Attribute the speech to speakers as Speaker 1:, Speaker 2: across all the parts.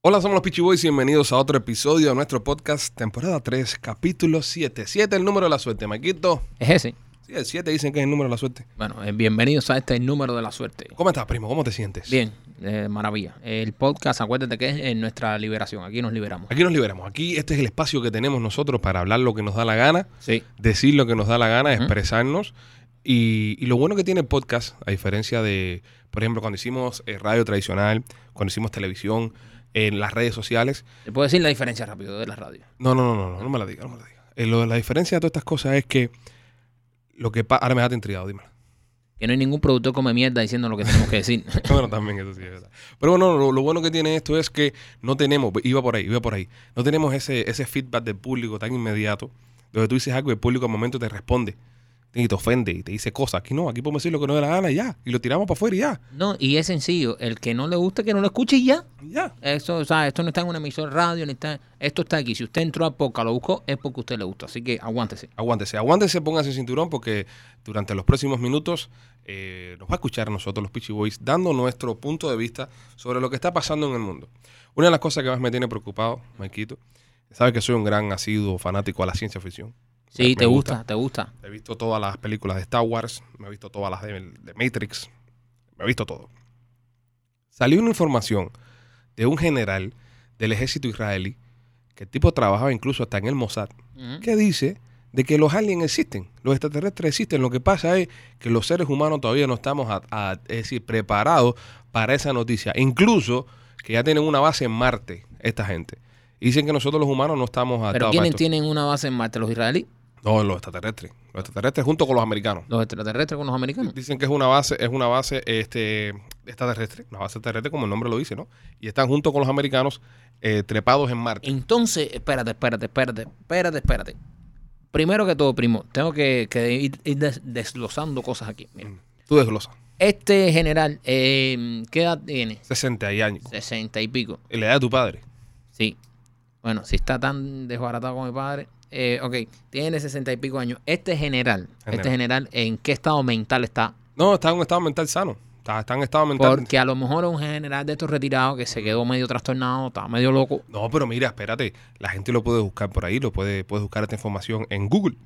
Speaker 1: Hola, somos los Peachy Boys y bienvenidos a otro episodio de nuestro podcast, temporada 3, capítulo 7. 7 el número de la suerte, Maquito.
Speaker 2: Es ese.
Speaker 1: Sí, el 7 dicen que es el número de la suerte.
Speaker 2: Bueno, eh, bienvenidos a este número de la suerte.
Speaker 1: ¿Cómo estás, primo? ¿Cómo te sientes?
Speaker 2: Bien, eh, maravilla. El podcast, acuérdate que es eh, nuestra liberación. Aquí nos liberamos.
Speaker 1: Aquí nos liberamos. Aquí este es el espacio que tenemos nosotros para hablar lo que nos da la gana,
Speaker 2: Sí.
Speaker 1: decir lo que nos da la gana,
Speaker 2: Ujú.
Speaker 1: expresarnos. Y, y lo bueno que tiene el podcast, a diferencia de, por ejemplo, cuando hicimos eh, radio tradicional, cuando hicimos televisión, en las redes sociales.
Speaker 2: Te puedo decir la diferencia rápido de la radio.
Speaker 1: No, no, no, no, no, no me la digas, no me la digas. Eh, lo de la diferencia de todas estas cosas es que lo que pasa... Ahora me dejaste intrigado, dímelo.
Speaker 2: Que no hay ningún productor come mierda diciendo lo que tenemos que decir.
Speaker 1: Bueno, también eso sí es verdad. Pero bueno, lo, lo bueno que tiene esto es que no tenemos, iba por ahí, iba por ahí, no tenemos ese, ese feedback del público tan inmediato, donde tú dices algo y el público al momento te responde y te ofende y te dice cosas. Aquí no, aquí podemos decir lo que nos da la gana y ya, y lo tiramos para afuera y ya,
Speaker 2: no, y es sencillo. El que no le guste, que no lo escuche y ya.
Speaker 1: y ya.
Speaker 2: Eso, o sea, esto no está en una emisora de radio, ni está, esto está aquí. Si usted entró a Poca, lo buscó, es porque a usted le gusta. Así que aguántese.
Speaker 1: Aguántese, aguántese, póngase el cinturón porque durante los próximos minutos eh, nos va a escuchar a nosotros los Peachy Boys dando nuestro punto de vista sobre lo que está pasando en el mundo. Una de las cosas que más me tiene preocupado, Maikito, sabes que soy un gran asiduo fanático a la ciencia ficción.
Speaker 2: Sí,
Speaker 1: Me-
Speaker 2: te
Speaker 1: me
Speaker 2: gusta, te gusta.
Speaker 1: He visto todas las películas de Star Wars, me he visto todas las de, de Matrix, me he visto todo. Salió una información de un general del ejército israelí, que el tipo trabajaba incluso hasta en el Mossad,
Speaker 2: Ujú.
Speaker 1: que dice de que los aliens existen, los extraterrestres existen. Lo que pasa es que los seres humanos todavía no estamos a- a- es decir, preparados para esa noticia. Incluso que ya tienen una base en Marte, esta gente. Y Dicen que nosotros los humanos no estamos
Speaker 2: Pero
Speaker 1: adaptados para
Speaker 2: ¿quiénes
Speaker 1: esto.
Speaker 2: tienen una base en Marte? ¿Los israelíes?
Speaker 1: No, los extraterrestres. Los extraterrestres junto con los americanos.
Speaker 2: ¿Los extraterrestres con los americanos?
Speaker 1: Dicen que es una base, es una base este, extraterrestre, una base terrestre como el nombre lo dice, ¿no? Y están junto con los americanos eh, trepados en Marte.
Speaker 2: Entonces, espérate, espérate, espérate, espérate, espérate. Primero que todo, primo, tengo que, que ir, ir des- desglosando cosas aquí. Mira,
Speaker 1: Tú desglosa.
Speaker 2: Este general, eh, ¿qué edad tiene?
Speaker 1: 60 y años.
Speaker 2: Sesenta y pico.
Speaker 1: Y La edad de tu padre.
Speaker 2: Sí. Bueno, si está tan desbaratado como mi padre. eh, ok, tiene sesenta y pico años. Este general,
Speaker 1: General.
Speaker 2: este general, ¿en qué estado mental está?
Speaker 1: No, está en un estado mental sano. Está, está en un estado mental.
Speaker 2: Porque a lo mejor es un general de estos retirados que se quedó medio trastornado, está medio loco.
Speaker 1: No, pero mira, espérate. La gente lo puede buscar por ahí, lo puede, puede buscar esta información en Google.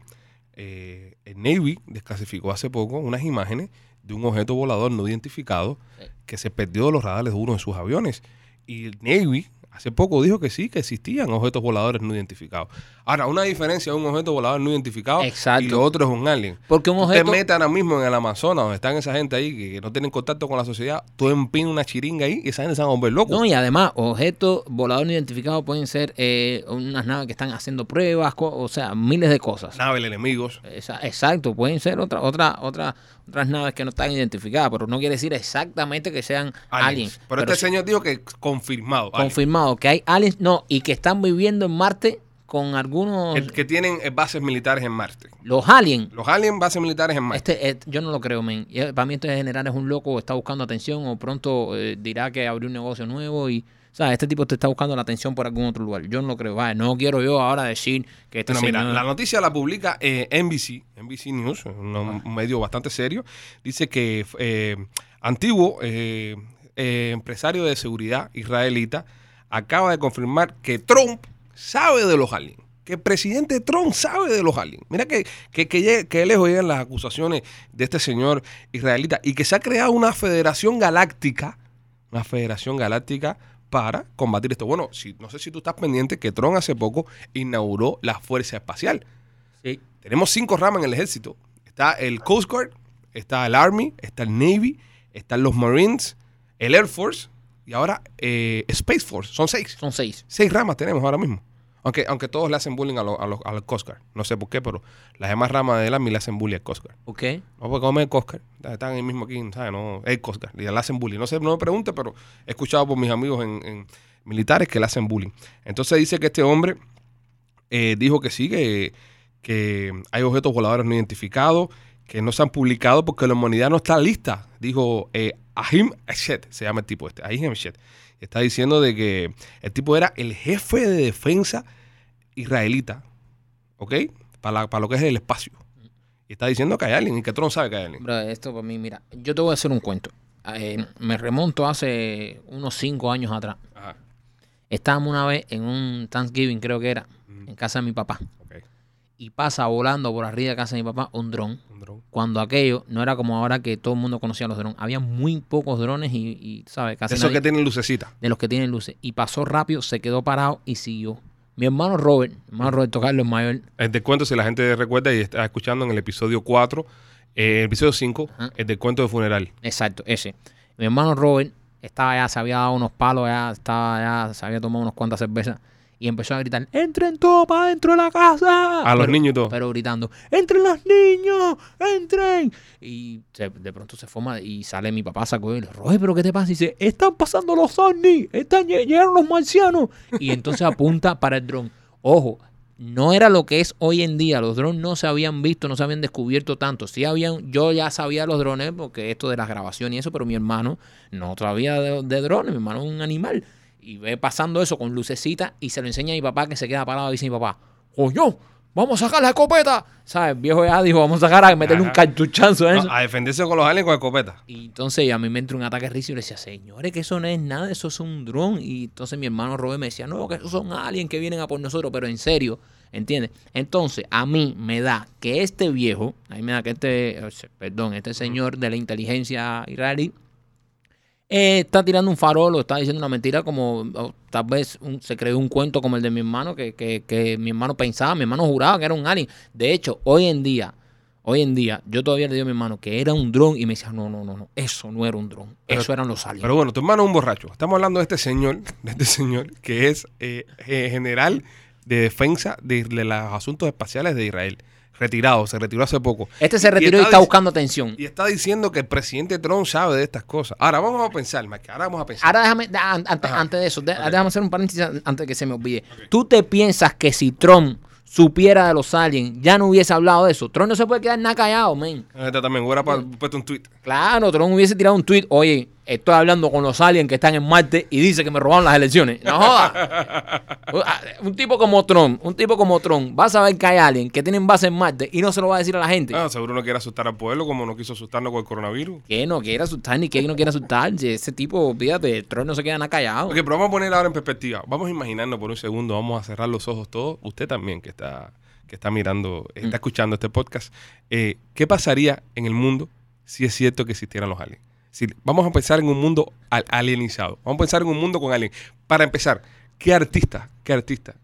Speaker 1: Eh, el Navy desclasificó hace poco unas imágenes de un objeto volador no identificado
Speaker 2: Sí.
Speaker 1: que se perdió de los radares de uno de sus aviones. Y el Navy hace poco dijo que sí, que existían objetos voladores no identificados. Ahora, una diferencia es un objeto volador no identificado y
Speaker 2: Exacto.
Speaker 1: lo otro es un alien.
Speaker 2: Porque un
Speaker 1: Te
Speaker 2: objeto...
Speaker 1: metes ahora mismo en el Amazonas, donde están esa gente ahí que, que no tienen contacto con la sociedad, tú empinas una chiringa ahí y esa gente se van a volver locos.
Speaker 2: No, y además, objetos voladores no identificados pueden ser eh, unas naves que están haciendo pruebas, co- o sea, miles de cosas.
Speaker 1: Naves, enemigos.
Speaker 2: Esa- Exacto, pueden ser otra, otra, otra, otras naves que no están identificadas, pero no quiere decir exactamente que sean aliens.
Speaker 1: aliens. Pero, este señor dijo que confirmado. aliens.
Speaker 2: confirmado que hay aliens, no, y que están viviendo en Marte con algunos...
Speaker 1: Que, que tienen eh, bases militares en Marte.
Speaker 2: los aliens.
Speaker 1: Los aliens bases militares en Marte.
Speaker 2: Este, eh, yo no lo creo, men. Y, eh, Para mí este general es un loco, o está buscando atención o pronto eh, dirá que abrió un negocio nuevo y, o sea, este tipo te está buscando la atención por algún otro lugar. Yo no lo creo. Vaya, no quiero yo ahora decir que este
Speaker 1: Bueno, mira,
Speaker 2: señor-
Speaker 1: la noticia la publica eh, NBC, NBC News, un,
Speaker 2: Ah.
Speaker 1: un medio bastante serio. Dice que eh, antiguo eh, eh, empresario de seguridad israelita acaba de confirmar que Trump sabe de los aliens. Que el presidente Trump sabe de los aliens. Mira que, que, que, lle- que lejos llegan las acusaciones de este señor israelita y que se ha creado una federación galáctica una federación galáctica para combatir esto. Bueno, si, no sé si tú estás pendiente que Tron hace poco inauguró la Fuerza Espacial.
Speaker 2: Sí.
Speaker 1: Tenemos cinco ramas en el ejército. Está el Coast Guard, está el Army, está el Navy, están los Marines, el Air Force y ahora eh, Space Force. Son seis.
Speaker 2: son seis.
Speaker 1: Seis ramas tenemos ahora mismo. Aunque, aunque todos le hacen bullying a los a los- al Coast Guard. No sé por qué, pero las demás ramas del Army le hacen bullying al Coast Guard.
Speaker 2: ¿Ok?
Speaker 1: No, porque come el Coscar. Están ahí mismo aquí, ¿sabes? No, el Coscar. Y le hacen bullying. No sé, no me pregunte, pero he escuchado por mis amigos en, en militares que le hacen bullying. Entonces dice que este hombre eh, dijo que sí, que, que hay objetos voladores no identificados, que no se han publicado porque la humanidad no está lista. Dijo eh, Ahim Eshet, se llama el tipo este. Ahim Eshet. Está diciendo de que el tipo era el jefe de defensa israelita, ¿ok? Para, la- para lo que es el espacio. Y está diciendo que hay alguien y que Trump sabe que hay alguien.
Speaker 2: Bro, esto para mí, mira, yo te voy a hacer un cuento. Eh, me remonto hace unos cinco años atrás.
Speaker 1: Ajá.
Speaker 2: Estábamos una vez en un Thanksgiving, creo que era, en casa de mi papá.
Speaker 1: Ok,
Speaker 2: Y pasa volando por arriba de casa de mi papá un dron.
Speaker 1: un dron.
Speaker 2: Cuando aquello no era como ahora que todo el mundo conocía los drones. Había muy pocos drones y, y ¿sabes? Casi
Speaker 1: Eso
Speaker 2: nadie-
Speaker 1: que tienen lucecita.
Speaker 2: de los que tienen luces. Y pasó rápido, se quedó parado y siguió. Mi hermano Robert, mi hermano Roberto Carlos Mayor,
Speaker 1: El descuento, si la gente recuerda y está escuchando en el episodio 4, eh, el episodio 5,
Speaker 2: Ajá.
Speaker 1: el descuento de funeral.
Speaker 2: exacto, ese. Mi hermano Robert estaba ya, se había dado unos palos, ya estaba ya, se había tomado unas cuantas cervezas y empezó a gritar, entren todos para dentro de la
Speaker 1: A
Speaker 2: casa.
Speaker 1: los
Speaker 2: Ah, Pero-
Speaker 1: niños y todo.
Speaker 2: Pero gritando, entren los niños, entren. Y se- de pronto se forma y sale mi papá, sacó y le dice, Roger, pero ¿qué te pasa? Y dice, están pasando los ovnis, están, lle- llegaron los marcianos. Y entonces apunta para el dron. Ojo, no era lo que es hoy en día. Los drones no se habían visto, no se habían descubierto tanto. Sí habían, yo ya sabía los drones, porque esto de las grabaciones y eso, pero mi hermano no sabía de, de drones, mi hermano es un animal. Y ve pasando eso con lucecita y se lo enseña a mi papá que se queda parado y dice mi papá, coño, vamos a sacar la escopeta. ¿Sabes? El viejo ya dijo, vamos a sacar a meterle un
Speaker 1: Ajá.
Speaker 2: cartuchazo a
Speaker 1: No,
Speaker 2: eso.
Speaker 1: a defenderse con los aliens con escopeta.
Speaker 2: Y entonces a mí me entró un ataque risa y le decía, señores, que eso no es nada, eso es un dron. Y entonces mi hermano Robert me decía, no, que esos son aliens que vienen a por nosotros, pero en serio, ¿entiendes? Entonces a mí me da que este viejo, a mí me da que este, eh, perdón, este señor de la inteligencia israelí, eh, está tirando un farol o está diciendo una mentira como o tal vez un- se creó un cuento como el de mi hermano que, que- que mi hermano pensaba, mi hermano juraba que era un alien. De hecho, hoy en día, hoy en día, yo todavía le digo a mi hermano que era un dron y me decía, no, no, no, no, eso no era un dron,
Speaker 1: Pero-
Speaker 2: eso eran los aliens.
Speaker 1: Pero bueno, tu hermano es un borracho. Estamos hablando de este señor, de este señor, que es eh, eh, general de defensa de, de los asuntos espaciales de Israel. Retirado, se retiró hace poco.
Speaker 2: este se retiró y, está
Speaker 1: dic-
Speaker 2: buscando atención.
Speaker 1: Y está diciendo que el presidente Trump sabe de estas cosas. Ahora vamos a pensar, Mike, ahora vamos a pensar.
Speaker 2: Ahora déjame, da- an- antes, antes de eso, de- déjame hacer un paréntesis an- antes de que se me olvide. ¿Tú te piensas que si Trump supiera de los aliens, ya no hubiese hablado de eso? Trump no se puede quedar nada callado, men.
Speaker 1: Esta también hubiera pa- puesto un tweet.
Speaker 2: Claro, Trump hubiese tirado un tweet, oye, estoy hablando con los aliens que están en Marte y dice que me robaron las elecciones. No joda. Ah, Un tipo como Trump, un tipo como Trump, va a saber que hay aliens que tienen base en Marte y no se lo va a decir a la gente.
Speaker 1: Ah, seguro no quiere asustar al pueblo como no quiso asustarnos con el coronavirus.
Speaker 2: Que no quiere asustar ni que no quiere asustar. Si Ese tipo, fíjate, Trump no se queda nada callado.
Speaker 1: Ok, pero vamos a poner ahora en perspectiva. Vamos a imaginarnos por un segundo, vamos a cerrar los ojos todos. Usted también que está, que está mirando, está escuchando este podcast. Eh, ¿Qué pasaría en el mundo si es cierto que existieran los aliens? Si, vamos a pensar en un mundo al- alienizado. Vamos a pensar en un mundo con aliens. Para empezar, ¿qué artista, qué artista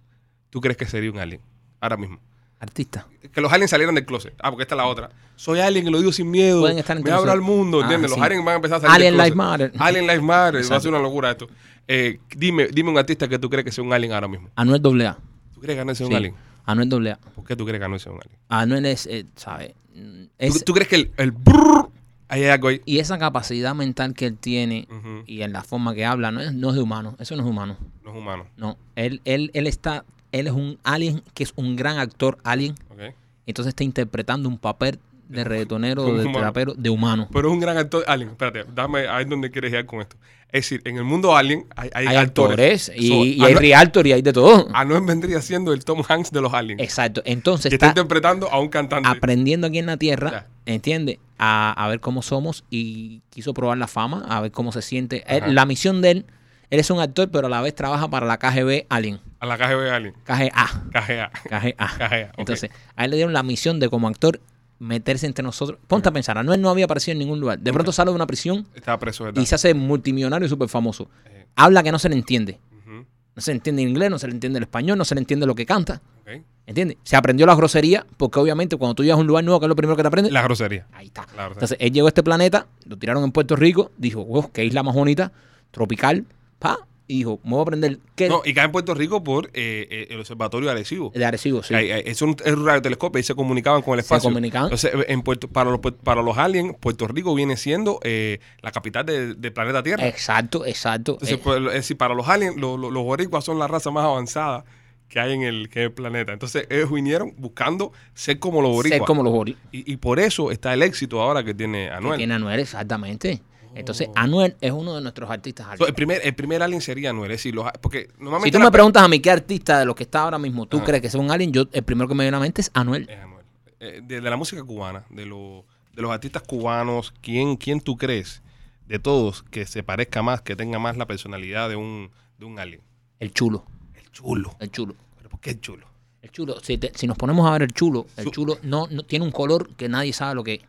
Speaker 1: tú crees que sería un alien ahora mismo?
Speaker 2: Artista.
Speaker 1: Que los aliens salieran del closet. Ah, porque esta es la otra. Soy alien y lo digo sin miedo.
Speaker 2: Pueden estar entre
Speaker 1: Me abro al
Speaker 2: nosotros.
Speaker 1: mundo,
Speaker 2: Ah,
Speaker 1: ¿entiendes?
Speaker 2: sí.
Speaker 1: Los aliens van a empezar a salir
Speaker 2: Alien
Speaker 1: del
Speaker 2: Lives
Speaker 1: closet.
Speaker 2: Matter.
Speaker 1: Alien Lives Matter. Va a
Speaker 2: Exacto.
Speaker 1: ser una locura esto. Eh, dime, dime un artista que tú crees que sea un alien ahora mismo.
Speaker 2: Anuel AA.
Speaker 1: ¿Tú crees que no sea un
Speaker 2: Sí.
Speaker 1: alien?
Speaker 2: Anuel AA.
Speaker 1: ¿Por qué tú crees que no sea un alien?
Speaker 2: Anuel es, eh, ¿sabes?
Speaker 1: ¿Tú,
Speaker 2: Es-
Speaker 1: tú crees que el, el brrr, hay algo ahí?
Speaker 2: y esa capacidad mental que él tiene
Speaker 1: Ujú.
Speaker 2: y en la forma que habla, no es, no es de humano. Eso no es humano.
Speaker 1: No es humano.
Speaker 2: No, él, él, él está, él es un alien que es un gran actor alien,
Speaker 1: ¿ok?
Speaker 2: entonces está interpretando un papel de reggaetonero,
Speaker 1: Como
Speaker 2: de
Speaker 1: humano.
Speaker 2: trapero, de humano.
Speaker 1: Pero es un gran actor alien. Espérate, dame ahí donde quieres llegar con esto. Es decir, en el mundo alien hay, hay
Speaker 2: Hay
Speaker 1: actores.
Speaker 2: actores y, y
Speaker 1: So, Ah,
Speaker 2: hay
Speaker 1: Ano-
Speaker 2: realtor y hay de todo.
Speaker 1: Anuel vendría siendo el Tom Hanks de los aliens.
Speaker 2: Exacto. Entonces
Speaker 1: que está,
Speaker 2: está
Speaker 1: interpretando a un cantante.
Speaker 2: aprendiendo aquí en la tierra, ¿entiendes? A, a ver cómo somos y quiso probar la fama, a ver cómo se siente. Él-
Speaker 1: Ajá.
Speaker 2: la misión de él, él es un actor, pero a la vez trabaja para la KGB alien,
Speaker 1: A la KGB alien.
Speaker 2: KGA.
Speaker 1: KGA.
Speaker 2: KGA.
Speaker 1: KGA. ok.
Speaker 2: Entonces, a él le dieron la misión de como actor meterse entre nosotros. Ponte a pensar, Anuel no había aparecido en ningún lugar. De pronto sale de una prisión
Speaker 1: Estaba preso, ¿verdad?
Speaker 2: y se hace multimillonario y súper famoso.
Speaker 1: Eh,
Speaker 2: Habla que no se le entiende.
Speaker 1: ujú,
Speaker 2: No se le entiende el inglés, no se le entiende el español, no se le entiende lo que canta.
Speaker 1: ok.
Speaker 2: ¿Entiendes? Se aprendió la grosería porque obviamente cuando tú llegas a un lugar nuevo, que es lo primero que te aprendes?
Speaker 1: La grosería.
Speaker 2: Ahí está.
Speaker 1: La grosería.
Speaker 2: Entonces, él llegó a este planeta, lo tiraron en Puerto Rico, dijo, wow, qué isla más bonita, tropical, pa, y dijo, me voy a aprender qué
Speaker 1: no, y cae en Puerto Rico por eh, eh, el observatorio de Arecibo.
Speaker 2: de Arecibo, sí.
Speaker 1: Ahí- ahí- eh, Es un, es un radiotelescopio y se comunicaban con el
Speaker 2: Se
Speaker 1: espacio.
Speaker 2: comunicaban.
Speaker 1: Entonces, eh, en Puerto, para, los, puer- para los aliens, Puerto Rico viene siendo eh, la capital de- del planeta Tierra.
Speaker 2: Exacto, exacto.
Speaker 1: Entonces,
Speaker 2: Eh,
Speaker 1: pues, lo- es decir, para los aliens, lo- lo- los boricuas son la raza más avanzada que hay en el, que en el planeta. Entonces, ellos vinieron buscando ser como los boricuas.
Speaker 2: ser como los boricuas.
Speaker 1: y, y por eso está el éxito ahora que tiene
Speaker 2: Que
Speaker 1: Anuel.
Speaker 2: tiene Anuel, exactamente. Entonces,
Speaker 1: Oh.
Speaker 2: Anuel es uno de nuestros artistas.
Speaker 1: So,
Speaker 2: altos.
Speaker 1: el, primer, el primer alien sería Anuel. Es decir, los, porque normalmente
Speaker 2: si tú
Speaker 1: la
Speaker 2: me
Speaker 1: pe-
Speaker 2: preguntas a mí qué artista de los que está ahora mismo tú
Speaker 1: Ajá.
Speaker 2: crees que es un alien, yo el primero que me viene a la mente es Anuel.
Speaker 1: Es Anuel. Eh, de, de la música cubana, de, lo- de los artistas cubanos, ¿quién, ¿quién tú crees de todos que se parezca más, que tenga más la personalidad de un, de un alien?
Speaker 2: El chulo.
Speaker 1: El chulo.
Speaker 2: El chulo.
Speaker 1: ¿Pero por qué el chulo?
Speaker 2: El chulo. Si, te- si nos ponemos a ver el chulo, el
Speaker 1: Su-
Speaker 2: chulo no, no- tiene un color que nadie sabe lo que es.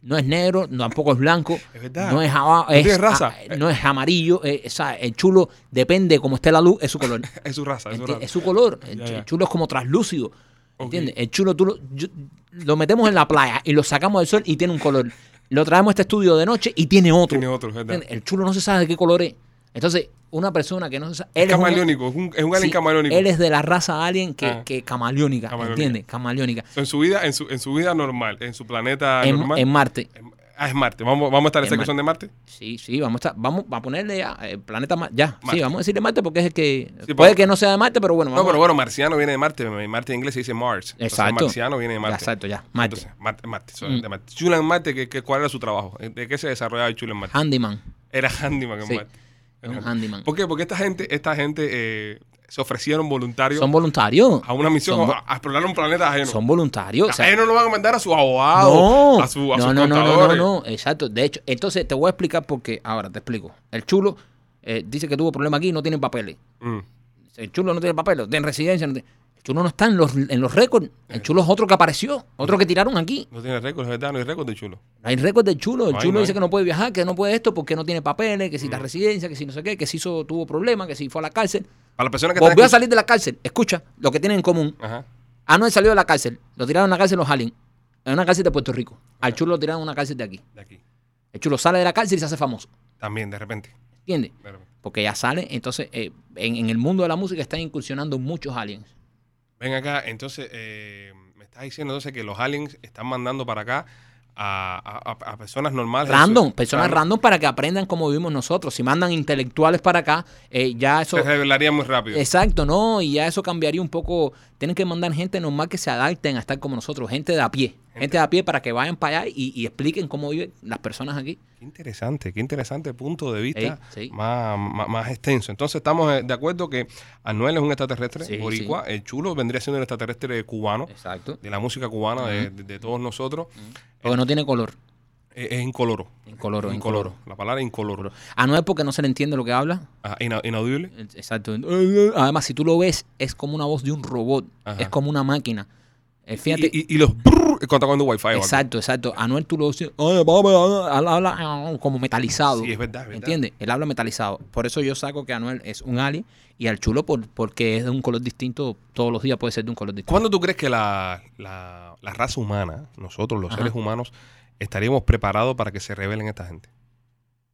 Speaker 2: No es negro, tampoco es blanco.
Speaker 1: Es verdad.
Speaker 2: No es, aba- es-
Speaker 1: tiene raza.
Speaker 2: ah, no es amarillo. eh, o sea, el chulo depende como esté la luz, es su color.
Speaker 1: Es su raza, es su
Speaker 2: Enti-
Speaker 1: raza.
Speaker 2: Es su color. El,
Speaker 1: Ya,
Speaker 2: chu-
Speaker 1: ya.
Speaker 2: el chulo es como traslúcido.
Speaker 1: Ok.
Speaker 2: ¿Entiendes? El chulo tú lo, yo- lo metemos en la playa y lo sacamos del sol y tiene un color. Lo traemos a este estudio de noche y tiene otro.
Speaker 1: Tiene otro, es verdad.
Speaker 2: ¿Entiendes? El chulo no se sabe de qué color es. Entonces, una persona que no se sabe.
Speaker 1: Es
Speaker 2: él es un-
Speaker 1: camaleónico, es un, es un alien
Speaker 2: sí,
Speaker 1: camaleónico.
Speaker 2: Él es de la raza alien que,
Speaker 1: Ah.
Speaker 2: que camaleónica,
Speaker 1: Camaleónica.
Speaker 2: ¿entiendes? Camaleónica.
Speaker 1: O sea, En su vida, en su, en su vida normal, en su planeta
Speaker 2: En,
Speaker 1: Ah, normal.
Speaker 2: en Marte.
Speaker 1: En- ah, es Marte. Vamos, vamos a establecer
Speaker 2: En
Speaker 1: que son de Marte.
Speaker 2: Sí, sí, vamos a, estar- vamos a ponerle a, eh, planeta Marte. Ya, sí,
Speaker 1: Marte.
Speaker 2: vamos a decirle Marte porque es el que.
Speaker 1: Sí,
Speaker 2: puede
Speaker 1: porque-
Speaker 2: que no sea de Marte, pero bueno,
Speaker 1: No,
Speaker 2: vamos.
Speaker 1: pero bueno, marciano viene de Marte. Marte en inglés se dice Mars. Entonces,
Speaker 2: Exacto.
Speaker 1: marciano viene de Marte.
Speaker 2: Exacto, ya. Marte.
Speaker 1: Entonces, Marte, Marte,
Speaker 2: Mm.
Speaker 1: son de Marte. Chulo en Marte, ¿qué- qué- ¿cuál era su trabajo? ¿De qué se desarrollaba Chulo en Marte?
Speaker 2: Handyman.
Speaker 1: Era handyman en
Speaker 2: Sí.
Speaker 1: Marte. Era
Speaker 2: Un
Speaker 1: handyman.
Speaker 2: handyman.
Speaker 1: ¿Por qué? Porque esta gente, esta gente eh, se ofrecieron voluntarios
Speaker 2: Son voluntarios.
Speaker 1: a una misión
Speaker 2: Son,
Speaker 1: a, a explorar un planeta ajeno.
Speaker 2: son voluntarios. o sea,
Speaker 1: a ellos no lo van a mandar a sus abogados,
Speaker 2: no,
Speaker 1: a, su, a
Speaker 2: no,
Speaker 1: sus
Speaker 2: no, no, no, no,
Speaker 1: contadores.
Speaker 2: no, exacto. De hecho, entonces te voy a explicar por qué. Ahora te explico. El chulo eh, dice que tuvo problema aquí y no tiene papeles.
Speaker 1: Mm.
Speaker 2: El chulo no tiene papeles, tiene residencia. no tiene- El chulo no está en los, en los récords.
Speaker 1: Eh.
Speaker 2: El chulo es otro que apareció, otro que tiraron aquí.
Speaker 1: No tiene récord, es verdad, no hay récord de chulo.
Speaker 2: No hay récord del chulo. El
Speaker 1: No hay,
Speaker 2: chulo
Speaker 1: no
Speaker 2: dice
Speaker 1: hay. Mm.
Speaker 2: que no puede viajar, que no puede esto porque no tiene papeles, que si la residencia, que si no sé qué, que si hizo, tuvo problemas, que si fue a la cárcel.
Speaker 1: Para las personas que
Speaker 2: Volvió a
Speaker 1: están
Speaker 2: salir de la cárcel. Escucha lo que tienen en común.
Speaker 1: escuch- Ajá.
Speaker 2: Ah, no, él salió de la cárcel. Lo tiraron en la cárcel los aliens. En una cárcel de Puerto Rico. Al chulo lo tiraron en una cárcel de aquí.
Speaker 1: De aquí.
Speaker 2: El chulo sale de la cárcel y se hace famoso.
Speaker 1: También, de repente.
Speaker 2: ¿Entiendes?
Speaker 1: de repente.
Speaker 2: Porque ya sale. Entonces, eh, en, en el mundo de la música están incursionando muchos aliens.
Speaker 1: Ven acá, entonces, eh, me estás diciendo entonces que los aliens están mandando para acá a, a- a- a personas normales.
Speaker 2: Random,
Speaker 1: Eso-
Speaker 2: personas
Speaker 1: Claro.
Speaker 2: random para que aprendan cómo vivimos nosotros. Si mandan intelectuales para acá, eh, ya eso.
Speaker 1: Se revelaría muy rápido.
Speaker 2: Exacto, no, y ya eso cambiaría un poco. Tienen que mandar gente normal que se adapten a estar como nosotros, gente de a pie. Gente, de a pie para que vayan para allá y, y expliquen cómo viven las personas aquí.
Speaker 1: Qué interesante, qué interesante punto de vista
Speaker 2: Ey, sí.
Speaker 1: Más, más, más extenso. Entonces estamos eh, de acuerdo que Anuel es un extraterrestre
Speaker 2: Sí,
Speaker 1: boricua, el chulo vendría siendo el extraterrestre cubano,
Speaker 2: Exacto.
Speaker 1: de la música cubana de, de- de todos nosotros,
Speaker 2: Porque no tiene color.
Speaker 1: Eh, es incoloro.
Speaker 2: Incoloro,
Speaker 1: incoloro.
Speaker 2: incoloro.
Speaker 1: La palabra incoloro.
Speaker 2: Ah, no es porque no se le entiende lo que habla.
Speaker 1: Ajá, ina- inaudible.
Speaker 2: Exacto. Además, si tú lo ves, es como una voz de un robot.
Speaker 1: Ajá.
Speaker 2: Es como una máquina. Eh, fíjate.
Speaker 1: Y, y- y los brrr, cuando cuando wifi o algo.
Speaker 2: exacto, exacto. Anuel tú lo dices, "Ay, papi, ah", habla, habla, como metalizado.
Speaker 1: Sí, es verdad, es verdad.
Speaker 2: ¿Entiendes? Él habla metalizado. Por eso yo saco que Anuel es un alien y al chulo por- porque es de un color distinto. Todos los días puede ser de un color distinto.
Speaker 1: ¿Cuándo tú crees que la, la- la raza humana, nosotros los
Speaker 2: Ajá.
Speaker 1: seres humanos, estaríamos preparados para que se revelen esta gente?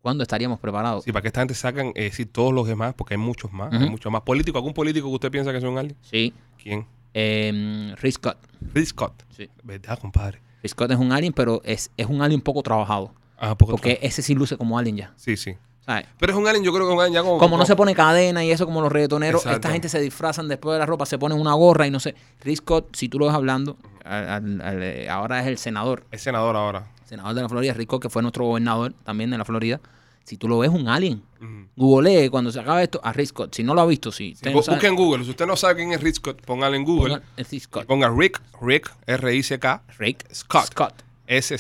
Speaker 2: ¿Cuándo estaríamos preparados?
Speaker 1: Sí, para que esta gente sacan, eh, sí, todos los demás, porque hay muchos más, hay
Speaker 2: Ujú.
Speaker 1: muchos más. ¿Político? ¿Algún político que usted piensa que son alguien?
Speaker 2: Sí.
Speaker 1: ¿Quién?
Speaker 2: Eh, Rick Scott.
Speaker 1: Rick Scott.
Speaker 2: Sí.
Speaker 1: ¿Verdad, compadre?
Speaker 2: Rick Scott es un alien, pero es, es un alien poco trabajado.
Speaker 1: Ah, poco
Speaker 2: Porque
Speaker 1: atrás.
Speaker 2: ese sí luce como alien ya.
Speaker 1: Sí, sí.
Speaker 2: ¿Sabes?
Speaker 1: Pero es un alien, yo creo que es un alien ya como...
Speaker 2: Como no se pone cadena y eso, como los reggaetoneros,
Speaker 1: Exacto.
Speaker 2: esta gente se disfrazan después de la ropa, se ponen una gorra y no sé. Rick Scott, si tú lo ves hablando, al- al- al- eh, ahora es el senador,
Speaker 1: Es senador ahora.
Speaker 2: senador de la Florida, Rick Scott, que fue nuestro gobernador también de la Florida. Si tú lo ves, un alien.
Speaker 1: Ujú.
Speaker 2: Google cuando se acaba esto a Rick Scott. Si no lo ha visto, si
Speaker 1: Sí,
Speaker 2: usted
Speaker 1: bu-
Speaker 2: no sabe,
Speaker 1: busque en Google. Si usted no sabe quién es Rick Scott, póngale en Google.
Speaker 2: ponga- es Rick
Speaker 1: y
Speaker 2: Scott.
Speaker 1: Ponga Rick, Rick, R-I-C-K,
Speaker 2: Rick
Speaker 1: Scott.
Speaker 2: Scott.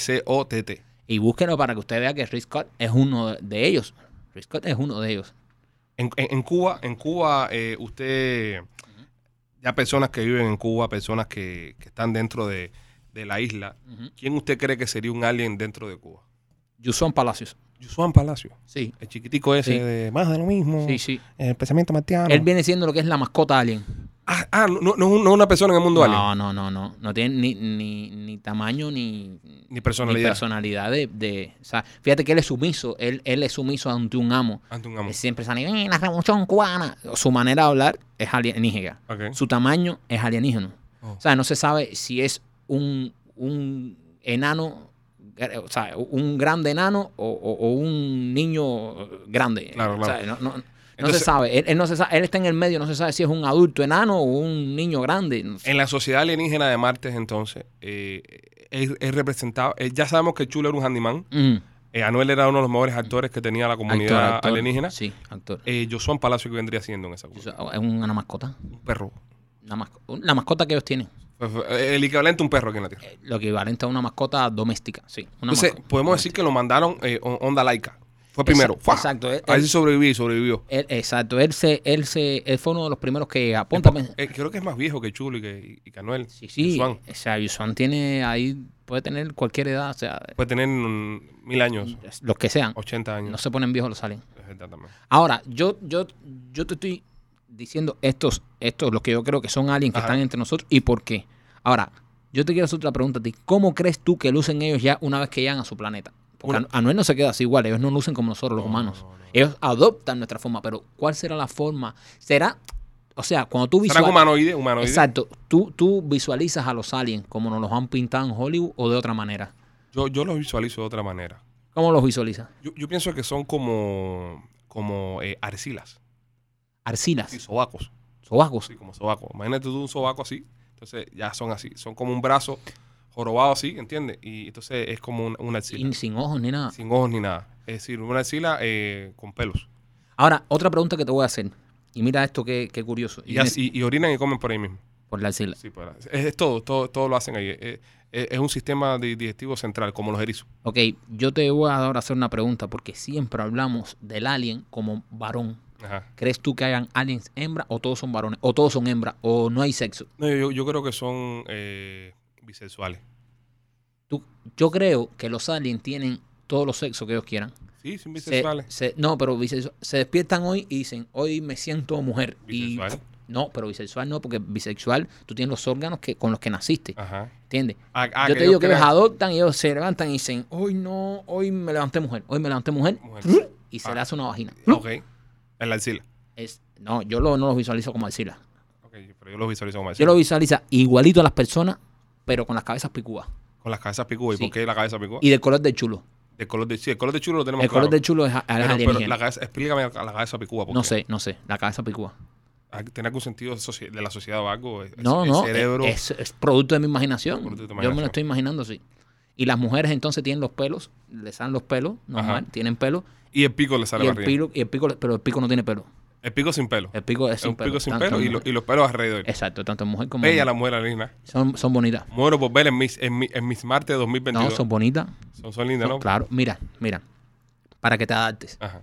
Speaker 1: S-C-O-T-T.
Speaker 2: Y búsquenlo para que usted vea que Rick Scott es uno de ellos. Rick Scott es uno de ellos.
Speaker 1: En, en- en Cuba, en Cuba, eh, usted, ya personas que viven en Cuba, personas que, que están dentro de, de la isla,
Speaker 2: Ujú.
Speaker 1: ¿quién usted cree que sería un alien dentro de Cuba?
Speaker 2: Yuson Palacios.
Speaker 1: Juan Palacio,
Speaker 2: Sí,
Speaker 1: el chiquitico ese
Speaker 2: Sí.
Speaker 1: de más de lo mismo,
Speaker 2: sí, sí.
Speaker 1: el pensamiento martiano.
Speaker 2: Él viene siendo lo que es la mascota alien.
Speaker 1: Ah, ah, no, no, no es una persona en el mundo alien,
Speaker 2: No, no, no, no. No tiene ni, ni, ni tamaño ni,
Speaker 1: ni personalidad.
Speaker 2: ni personalidad de, de- o sea, fíjate que él es sumiso. Él, él es sumiso ante un amo.
Speaker 1: Ante un amo.
Speaker 2: Él siempre sale, "Eh, la revolución cubana. Su manera de hablar es alienígena.
Speaker 1: Ok.
Speaker 2: Su tamaño es alienígeno.
Speaker 1: Oh.
Speaker 2: O sea, no se sabe si es un, un enano, eh, o sea, un grande enano o, o- o un niño eh, grande.
Speaker 1: Claro,
Speaker 2: O sea,
Speaker 1: claro.
Speaker 2: no, no- no
Speaker 1: Entonces-
Speaker 2: se sabe. Él, él no se sabe. Él está en el medio. No se sabe si es un adulto enano o un niño grande. No sé.
Speaker 1: En la sociedad alienígena de Marte, entonces, eh, es, es representado. eh, ya sabemos que Chulo era un handyman.
Speaker 2: Mm.
Speaker 1: eh, Anuel era uno de los mejores actores que tenía la comunidad
Speaker 2: Actor, actor.
Speaker 1: alienígena.
Speaker 2: Sí, actor.
Speaker 1: Eh, Josuan Palacio que vendría siendo en esa
Speaker 2: O
Speaker 1: cosa.
Speaker 2: sea, Es una mascota.
Speaker 1: Un perro.
Speaker 2: Una masco- la mascota que ellos tienen.
Speaker 1: Pues, eh, El equivalente a un perro aquí en la Tierra.
Speaker 2: Eh, Lo equivalente a una mascota doméstica. Sí, una
Speaker 1: Entonces,
Speaker 2: mascota.
Speaker 1: podemos decir que lo mandaron eh, on- onda laica. Fue primero.
Speaker 2: Exa-
Speaker 1: ¡Fua!
Speaker 2: exacto, eh, él-
Speaker 1: A ver
Speaker 2: él-
Speaker 1: si sobreviví, sobrevivió.
Speaker 2: Él- exacto, él, se, él, se, él fue uno de los primeros que llega.
Speaker 1: Es
Speaker 2: Apóntame.
Speaker 1: po- eh, creo que es más viejo que Chulo y que, y que Anuel.
Speaker 2: Sí, sí.
Speaker 1: Y Swan.
Speaker 2: O sea, Yusuan tiene ahí, puede tener cualquier edad, o sea,
Speaker 1: Puede tener mm, mil años,
Speaker 2: los que sean.
Speaker 1: 80 años.
Speaker 2: No se ponen viejos, los salen.
Speaker 1: Es verdad también.
Speaker 2: Ahora, yo, yo, yo te estoy diciendo estos, estos, los que yo creo que son aliens que
Speaker 1: Ajá.
Speaker 2: están entre nosotros y por qué. Ahora, yo te quiero hacer otra pregunta a ti. ¿Cómo crees tú que lucen ellos ya una vez que llegan a su planeta? Porque
Speaker 1: Una-
Speaker 2: An- Anuel no se queda así igual, ellos no lucen como nosotros los
Speaker 1: No,
Speaker 2: humanos.
Speaker 1: no, no.
Speaker 2: Ellos adoptan nuestra forma, pero ¿cuál será la forma? ¿Será, o sea, cuando tú
Speaker 1: ¿Serán
Speaker 2: visualizas...
Speaker 1: humanoides? humanoide?
Speaker 2: Exacto, ¿tú, tú visualizas a los aliens como nos los han pintado en Hollywood o de otra manera.
Speaker 1: Yo, yo los visualizo de otra manera.
Speaker 2: ¿Cómo los visualizas?
Speaker 1: Yo, yo pienso que son como, como eh, arcilas,
Speaker 2: Arcilas,
Speaker 1: sí, sobacos.
Speaker 2: sobacos.
Speaker 1: Sí, como sobaco. Imagínate tú un sobaco así. Entonces ya son así. Son como un brazo jorobado así, ¿entiendes? Y entonces es como un- una arcila.
Speaker 2: sin- sin ojos ni nada.
Speaker 1: Sin ojos ni nada. Es decir, una arcila eh, con pelos.
Speaker 2: Ahora, otra pregunta que te voy a hacer. Y mira esto qué, qué curioso.
Speaker 1: Y, así, y orinan y comen por ahí mismo.
Speaker 2: Por la axila.
Speaker 1: Sí, por ahí. es, es todo, todo, todo lo hacen ahí. Es, es- es un sistema di- digestivo central, como los erizos.
Speaker 2: Ok, yo te voy a ahora hacer una pregunta porque siempre hablamos del alien como varón.
Speaker 1: Ajá.
Speaker 2: ¿Crees tú que hayan aliens hembra o todos son varones? O todos son hembras o no hay sexo.
Speaker 1: No, yo, yo creo que son eh, bisexuales.
Speaker 2: Tú, yo creo que los aliens tienen todos los sexos que ellos quieran.
Speaker 1: Sí, son
Speaker 2: Se-
Speaker 1: bisexuales.
Speaker 2: se- no, pero bisexual- se despiertan hoy y dicen, hoy me siento mujer. Y,
Speaker 1: Bisexual.
Speaker 2: no, pero bisexual no, porque bisexual tú tienes los órganos que, con los que naciste.
Speaker 1: Ajá.
Speaker 2: ¿Entiendes?
Speaker 1: Ah, ah,
Speaker 2: yo te digo que
Speaker 1: ellos
Speaker 2: ellos
Speaker 1: crean-
Speaker 2: adoptan y ellos se levantan y dicen, hoy no, hoy me levanté mujer, hoy me levanté mujer,
Speaker 1: Mujer.
Speaker 2: y se
Speaker 1: Ah.
Speaker 2: le hace una vagina.
Speaker 1: Ok. En la arcila.
Speaker 2: Es, no, yo lo, no los visualizo como arcila.
Speaker 1: Ok, pero yo los visualizo como
Speaker 2: Yo
Speaker 1: arcila.
Speaker 2: lo visualizo igualito a las personas, pero con las cabezas picudas.
Speaker 1: Con las cabezas picudas.
Speaker 2: Sí.
Speaker 1: ¿Y por qué la cabeza picuda?
Speaker 2: Y del color del chulo.
Speaker 1: El color de, sí, el color de chulo lo tenemos
Speaker 2: El
Speaker 1: claro.
Speaker 2: color del chulo es, a- es
Speaker 1: Pero- pero,
Speaker 2: alienígena.
Speaker 1: la cabeza, explícame la la cabeza picuda. ¿por
Speaker 2: no
Speaker 1: qué?
Speaker 2: sé, no sé, la cabeza picuda.
Speaker 1: Ah, ¿Tiene algún sentido soci- de la sociedad o algo? ¿El-
Speaker 2: No,
Speaker 1: el
Speaker 2: no,
Speaker 1: cerebro.
Speaker 2: es, es producto de mi imaginación.
Speaker 1: Producto de tu
Speaker 2: Yo me
Speaker 1: imaginación.
Speaker 2: lo estoy imaginando así. Y las mujeres entonces tienen los pelos, les dan los pelos,
Speaker 1: Ajá.
Speaker 2: normal, tienen pelo,
Speaker 1: y el pico le sale
Speaker 2: y el,
Speaker 1: para arriba.
Speaker 2: pilo, y el pico, pero el pico no tiene pelo.
Speaker 1: El pico sin pelo.
Speaker 2: El pico es
Speaker 1: Es
Speaker 2: sin
Speaker 1: un
Speaker 2: pelo.
Speaker 1: pico sin
Speaker 2: tanto
Speaker 1: pelo y,
Speaker 2: en
Speaker 1: lo-
Speaker 2: mujer.
Speaker 1: y los pelos alrededor.
Speaker 2: Exacto, tanto en mujer como
Speaker 1: Bella
Speaker 2: en
Speaker 1: la mujer, la linda.
Speaker 2: Son, son bonitas.
Speaker 1: Muero por ver en Miss, en mi- en Miss Marte 2022.
Speaker 2: No, son bonitas.
Speaker 1: son, son lindas,
Speaker 2: Son-
Speaker 1: ¿no?
Speaker 2: Claro, mira, mira. Para que te adaptes.
Speaker 1: Ajá.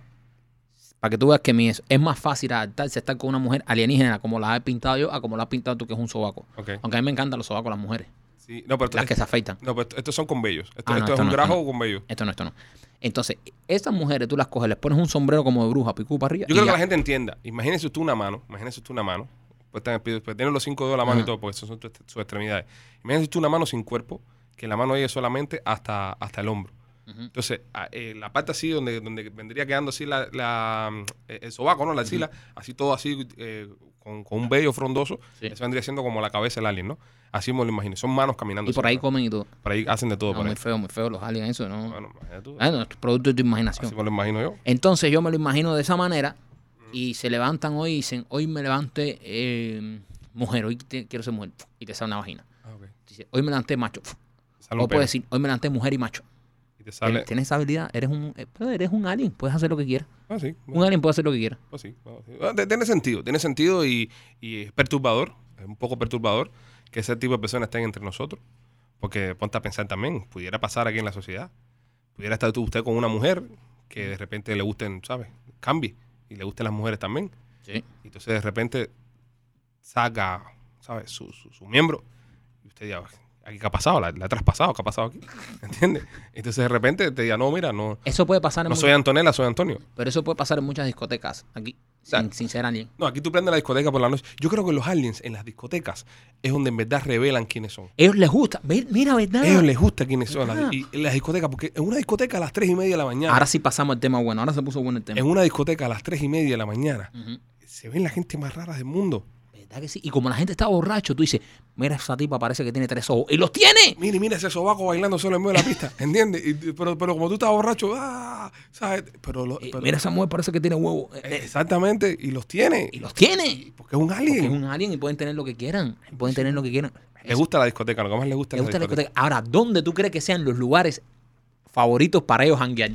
Speaker 2: Para que tú veas que mi- es, es más fácil adaptarse a estar con una mujer alienígena como la he pintado yo a como la has pintado tú que es un sobaco.
Speaker 1: Ok.
Speaker 2: Aunque a mí me encantan los sobacos las mujeres.
Speaker 1: Sí, No, pero, esto-
Speaker 2: Las que se afeitan.
Speaker 1: no, pero esto- estos son con vellos. Esto,
Speaker 2: Ah, no,
Speaker 1: esto es
Speaker 2: esto
Speaker 1: un
Speaker 2: no,
Speaker 1: grajo
Speaker 2: esto
Speaker 1: con vellos.
Speaker 2: Esto no, esto no. Entonces, estas mujeres tú las coges, les pones un sombrero como de bruja, picú para arriba.
Speaker 1: Yo creo que
Speaker 2: y ya.
Speaker 1: la gente entienda. Imagínense usted una mano. Imagínense usted una mano. Pues, tan- pues, tiene los cinco dedos de la mano
Speaker 2: Ajá.
Speaker 1: y todo, porque esas son tu- sus extremidades. Imagínense usted una mano sin cuerpo, que la mano llegue solamente hasta, hasta el hombro.
Speaker 2: Ujú.
Speaker 1: Entonces, a- eh, la parte así, donde, donde vendría quedando así la, la, mm, eh, el sobaco, ¿no? La axila, así todo así, eh, con, con un vello frondoso,
Speaker 2: Sí.
Speaker 1: eso vendría siendo como la cabeza del alien, ¿no? Así me lo imagino. Son manos caminando.
Speaker 2: Y por
Speaker 1: así,
Speaker 2: ahí
Speaker 1: ¿no?
Speaker 2: comen y todo.
Speaker 1: Por ahí hacen de todo.
Speaker 2: No,
Speaker 1: por ahí.
Speaker 2: muy Ah, feo, muy feo los aliens, eso, ¿no?
Speaker 1: Bueno, imagínate tú.
Speaker 2: Bueno, es producto de tu imaginación.
Speaker 1: Así me lo imagino yo.
Speaker 2: Entonces yo me lo imagino de esa manera y se levantan hoy y dicen, hoy me levante eh, mujer, hoy te- quiero ser mujer y te sale una vagina.
Speaker 1: Ah, ok.
Speaker 2: Dice, hoy me levanté macho.
Speaker 1: Sale un pelo
Speaker 2: o puedes decir, hoy me levanté mujer y macho.
Speaker 1: y te sale.
Speaker 2: Tienes esa habilidad, eres un, eh, pero eres un alien, puedes hacer lo que quieras.
Speaker 1: Ah, sí.
Speaker 2: Un alien puede hacer lo que quiera.
Speaker 1: Pues sí, bueno, sí. Bueno, te- tiene sentido, tiene sentido y, y es perturbador, es un poco perturbador que ese tipo de personas estén entre nosotros, porque ponte a pensar también, pudiera pasar aquí en la sociedad, pudiera estar tú, usted con una mujer que de repente le gusten, ¿sabes? Cambie y le gusten las mujeres también,
Speaker 2: Sí.
Speaker 1: y entonces de repente saca, ¿sabes? Su, su, su miembro y usted diga, ¿aquí qué ha pasado? ¿La, la ha traspasado? ¿Qué ha pasado aquí? ¿Entiendes? Entonces de repente te diga, no, mira, no,
Speaker 2: Eso puede pasar en
Speaker 1: no
Speaker 2: mu-
Speaker 1: soy Antonella, soy Antonio.
Speaker 2: pero eso puede pasar en muchas discotecas aquí, sin,
Speaker 1: Exacto.
Speaker 2: sin ser alien.
Speaker 1: No, aquí tú prendes la discoteca por la noche. Yo creo que los aliens en las discotecas es donde en verdad revelan quiénes son.
Speaker 2: Ellos les gusta, Ve- mira, ¿verdad?
Speaker 1: A ellos les gusta quiénes son.
Speaker 2: ¿Verdad?
Speaker 1: las- y en las discotecas, porque en una discoteca a las 3 y media de la mañana,
Speaker 2: Ah. Ahora sí pasamos al tema bueno, ahora se puso bueno el tema.
Speaker 1: en una discoteca a las 3 y media de la mañana,
Speaker 2: Ujú.
Speaker 1: se ven la gente más rara del mundo.
Speaker 2: ¿Verdad que sí? Y como la gente está borracho, tú dices, mira, esa tipa parece que tiene tres ojos. ¡Y los tiene!
Speaker 1: Mira, mira ese sobaco bailando solo en medio de la pista, ¿entiendes? Y- pero, pero como tú estás borracho, ¡ah! ¿sabes? Pero, lo-
Speaker 2: Eh,
Speaker 1: pero-
Speaker 2: mira, esa mujer parece que tiene huevos. Eh, eh,
Speaker 1: exactamente, y los tiene.
Speaker 2: y los tiene.
Speaker 1: Porque es un
Speaker 2: Porque
Speaker 1: alien.
Speaker 2: es un alien y pueden tener lo que quieran. Pueden tener lo que quieran.
Speaker 1: Le gusta la discoteca, lo que más le gusta
Speaker 2: Le
Speaker 1: es
Speaker 2: gusta
Speaker 1: la
Speaker 2: la
Speaker 1: discoteca.
Speaker 2: discoteca. Ahora, ¿dónde tú crees que sean los lugares favoritos para ellos hanguear?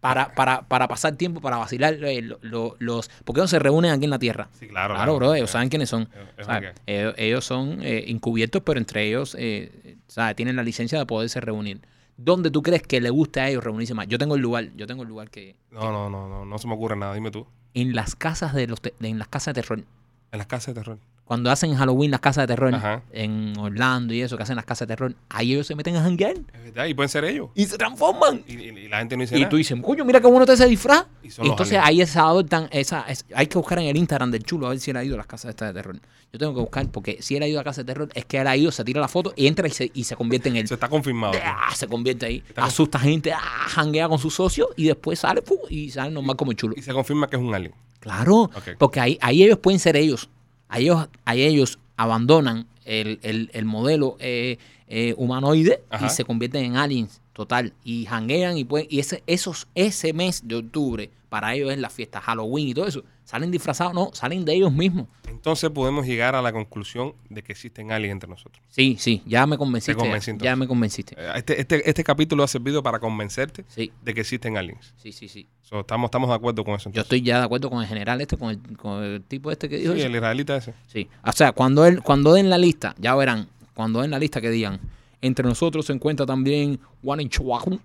Speaker 2: Para, para, para pasar tiempo, para vacilar eh, lo- lo- los... ¿Por qué no se reúnen aquí en la Tierra?
Speaker 1: Sí, claro. eh,
Speaker 2: Claro, bro, ellos saben quiénes son.
Speaker 1: es- es
Speaker 2: ¿sabes?
Speaker 1: hanguear.
Speaker 2: Ellos, ellos son eh, encubiertos, pero entre ellos eh, ¿sabes? tienen la licencia de poderse reunir. ¿Dónde tú crees que le gusta a ellos reunirse más? Yo tengo el lugar, yo tengo el lugar que
Speaker 1: No, no, no, no, no se me ocurre nada. Dime tú.
Speaker 2: en las casas de los te- en las casas de terror.
Speaker 1: En las casas de terror.
Speaker 2: Cuando hacen Halloween las casas de terror
Speaker 1: Ajá.
Speaker 2: en Orlando y eso que hacen las casas de terror, ahí ellos se meten a janguear
Speaker 1: Es verdad, y pueden ser ellos.
Speaker 2: y se transforman.
Speaker 1: Y, y- y la gente no dice
Speaker 2: Y
Speaker 1: nada.
Speaker 2: tú dices, coño, mira qué bueno te ese disfraz.
Speaker 1: Y son
Speaker 2: Y
Speaker 1: los
Speaker 2: entonces
Speaker 1: aliens.
Speaker 2: ahí se adoptan esa, es- hay que buscar en el Instagram del chulo a ver si él ha ido a las casas estas de terror. Yo tengo que buscar porque si él ha ido a la casa de terror es que él ha ido, se tira la foto y entra y se, y se convierte en él.
Speaker 1: Se está confirmado.
Speaker 2: Ah, se convierte ahí,
Speaker 1: Está con-
Speaker 2: asusta gente, ah, janguea con sus socios y después sale fu, y sale normal como el chulo.
Speaker 1: Y se confirma que es un alien.
Speaker 2: Claro,
Speaker 1: Ok.
Speaker 2: porque ahí, ahí ellos pueden ser ellos. Ahí ellos, ahí ellos abandonan el, el- el modelo eh, eh, humanoide
Speaker 1: Ajá.
Speaker 2: y se convierten en aliens, total. Y hanguean y pueden. Y ese, esos, ese mes de octubre, para ellos es la fiesta Halloween y todo eso. Salen disfrazados, no, salen de ellos mismos.
Speaker 1: Entonces podemos llegar a la conclusión de que existen aliens entre nosotros.
Speaker 2: Sí, sí, ya me convenciste.
Speaker 1: convencí,
Speaker 2: ya,
Speaker 1: entonces.
Speaker 2: me convenciste.
Speaker 1: Eh, Este, este, este capítulo ha servido para convencerte
Speaker 2: Sí,
Speaker 1: de que existen aliens.
Speaker 2: sí, sí, sí.
Speaker 1: So, estamos, estamos de acuerdo con eso.
Speaker 2: Yo
Speaker 1: entonces.
Speaker 2: estoy ya de acuerdo con el general este, con el, con el tipo este que dijo.
Speaker 1: Sí,
Speaker 2: eso.
Speaker 1: el israelita ese.
Speaker 2: Sí, o sea, cuando él, cuando den la lista, ya verán, cuando den la lista que digan, entre nosotros se encuentra también Juan Chuaco,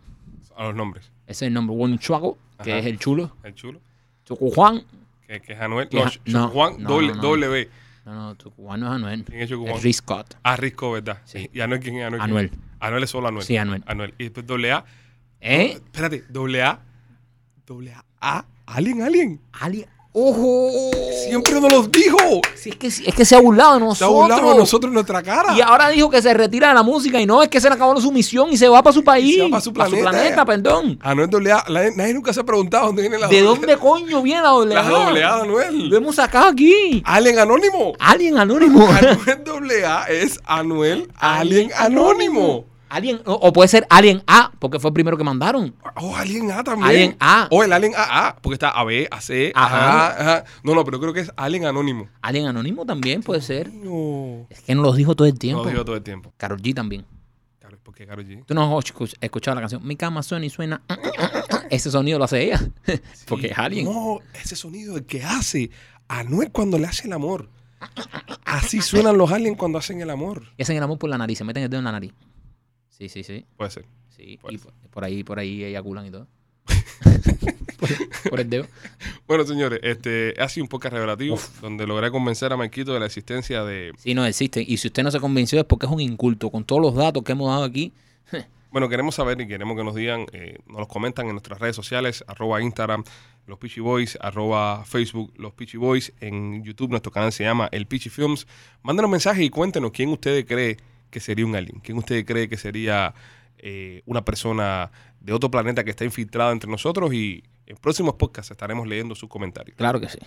Speaker 1: A los nombres.
Speaker 2: ese es el nombre, Juan Chuaco, que
Speaker 1: Ajá.
Speaker 2: es el chulo,
Speaker 1: El chulo.
Speaker 2: Chuco Juan,
Speaker 1: Que, que es Anuel.
Speaker 2: Que
Speaker 1: No,
Speaker 2: ja-
Speaker 1: Ch-
Speaker 2: no,
Speaker 1: Juan
Speaker 2: no,
Speaker 1: doble,
Speaker 2: no, no.
Speaker 1: doble B.
Speaker 2: no, no, Chuco Juan no es Anuel,
Speaker 1: ¿Quién es Chuco
Speaker 2: es
Speaker 1: Juan?
Speaker 2: Rick Scott,
Speaker 1: Ah, Risco, ¿verdad?
Speaker 2: Sí.
Speaker 1: ¿Y Anuel quién es? Anuel, quién
Speaker 2: Anuel.
Speaker 1: es? Anuel es solo Anuel.
Speaker 2: Sí, Anuel.
Speaker 1: Anuel. Y después doble A.
Speaker 2: ¿eh?
Speaker 1: Espérate, doble A. Doble A. A. Alien, alien.
Speaker 2: Ali, ¡ojo!
Speaker 1: Siempre nos los dijo.
Speaker 2: Sí, es, que, es que se ha burlado de
Speaker 1: Se
Speaker 2: nosotros.
Speaker 1: ha burlado de nosotros en nuestra cara.
Speaker 2: Y ahora dijo que se retira de la música y no, es que se le acabó su misión y se va para su país.
Speaker 1: va para su planeta.
Speaker 2: perdón.
Speaker 1: Anuel Ah, doble A. La- nadie nunca se ha preguntado dónde viene la
Speaker 2: ¿De
Speaker 1: doble-
Speaker 2: dónde coño viene la doble
Speaker 1: La doble A de
Speaker 2: Lo
Speaker 1: Anuel.
Speaker 2: hemos sacado aquí.
Speaker 1: Alien anónimo.
Speaker 2: Alien anónimo.
Speaker 1: Anuel doble A es Anuel Alien anónimo.
Speaker 2: Alien, o, o puede ser Alien A, porque fue el primero que mandaron.
Speaker 1: Oh, Alien A también.
Speaker 2: Alien A.
Speaker 1: O el Alien AA, porque está AB, AC,
Speaker 2: Ajá.
Speaker 1: ajá. ajá. No, no, pero creo que es Alien Anónimo.
Speaker 2: Alien Anónimo también puede ser.
Speaker 1: No.
Speaker 2: Es que nos los dijo todo el
Speaker 1: No
Speaker 2: tiempo.
Speaker 1: digo todo el tiempo.
Speaker 2: Carol G también.
Speaker 1: Claro, ¿por qué Karol G?
Speaker 2: Tú no has escu- escuchado la canción Mi cama suena y suena. ah, ah, ah, ah. Ese sonido lo hace ella. Porque es Alien.
Speaker 1: No, ese sonido el que hace Anuel cuando le hace el amor. Así suenan los aliens cuando hacen el amor.
Speaker 2: Y hacen el amor por la nariz, se meten el dedo en la nariz. Sí, sí, sí.
Speaker 1: Puede ser.
Speaker 2: sí.
Speaker 1: Pues.
Speaker 2: Y por, por ahí, por ahí eyaculan y todo. por, por el dedo.
Speaker 1: Bueno, señores, este ha sido un podcast revelativo donde logré convencer a Marquito de la existencia de.
Speaker 2: Sí, no existen. Y si usted no se convenció es porque es un inculto. Con todos los datos que hemos dado aquí,
Speaker 1: Bueno, queremos saber y queremos que nos digan, eh, nos los comentan en nuestras redes sociales, arroba Instagram, los Peachy Boys, arroba Facebook, los Peachy Boys, en YouTube nuestro canal se llama El Peachy Films. Mándanos mensajes y cuéntenos quién ustedes cree que sería un alien, quién ustedes cree que sería eh, una persona de otro planeta que está infiltrada entre nosotros y en próximos podcasts estaremos leyendo sus comentarios.
Speaker 2: claro que sí.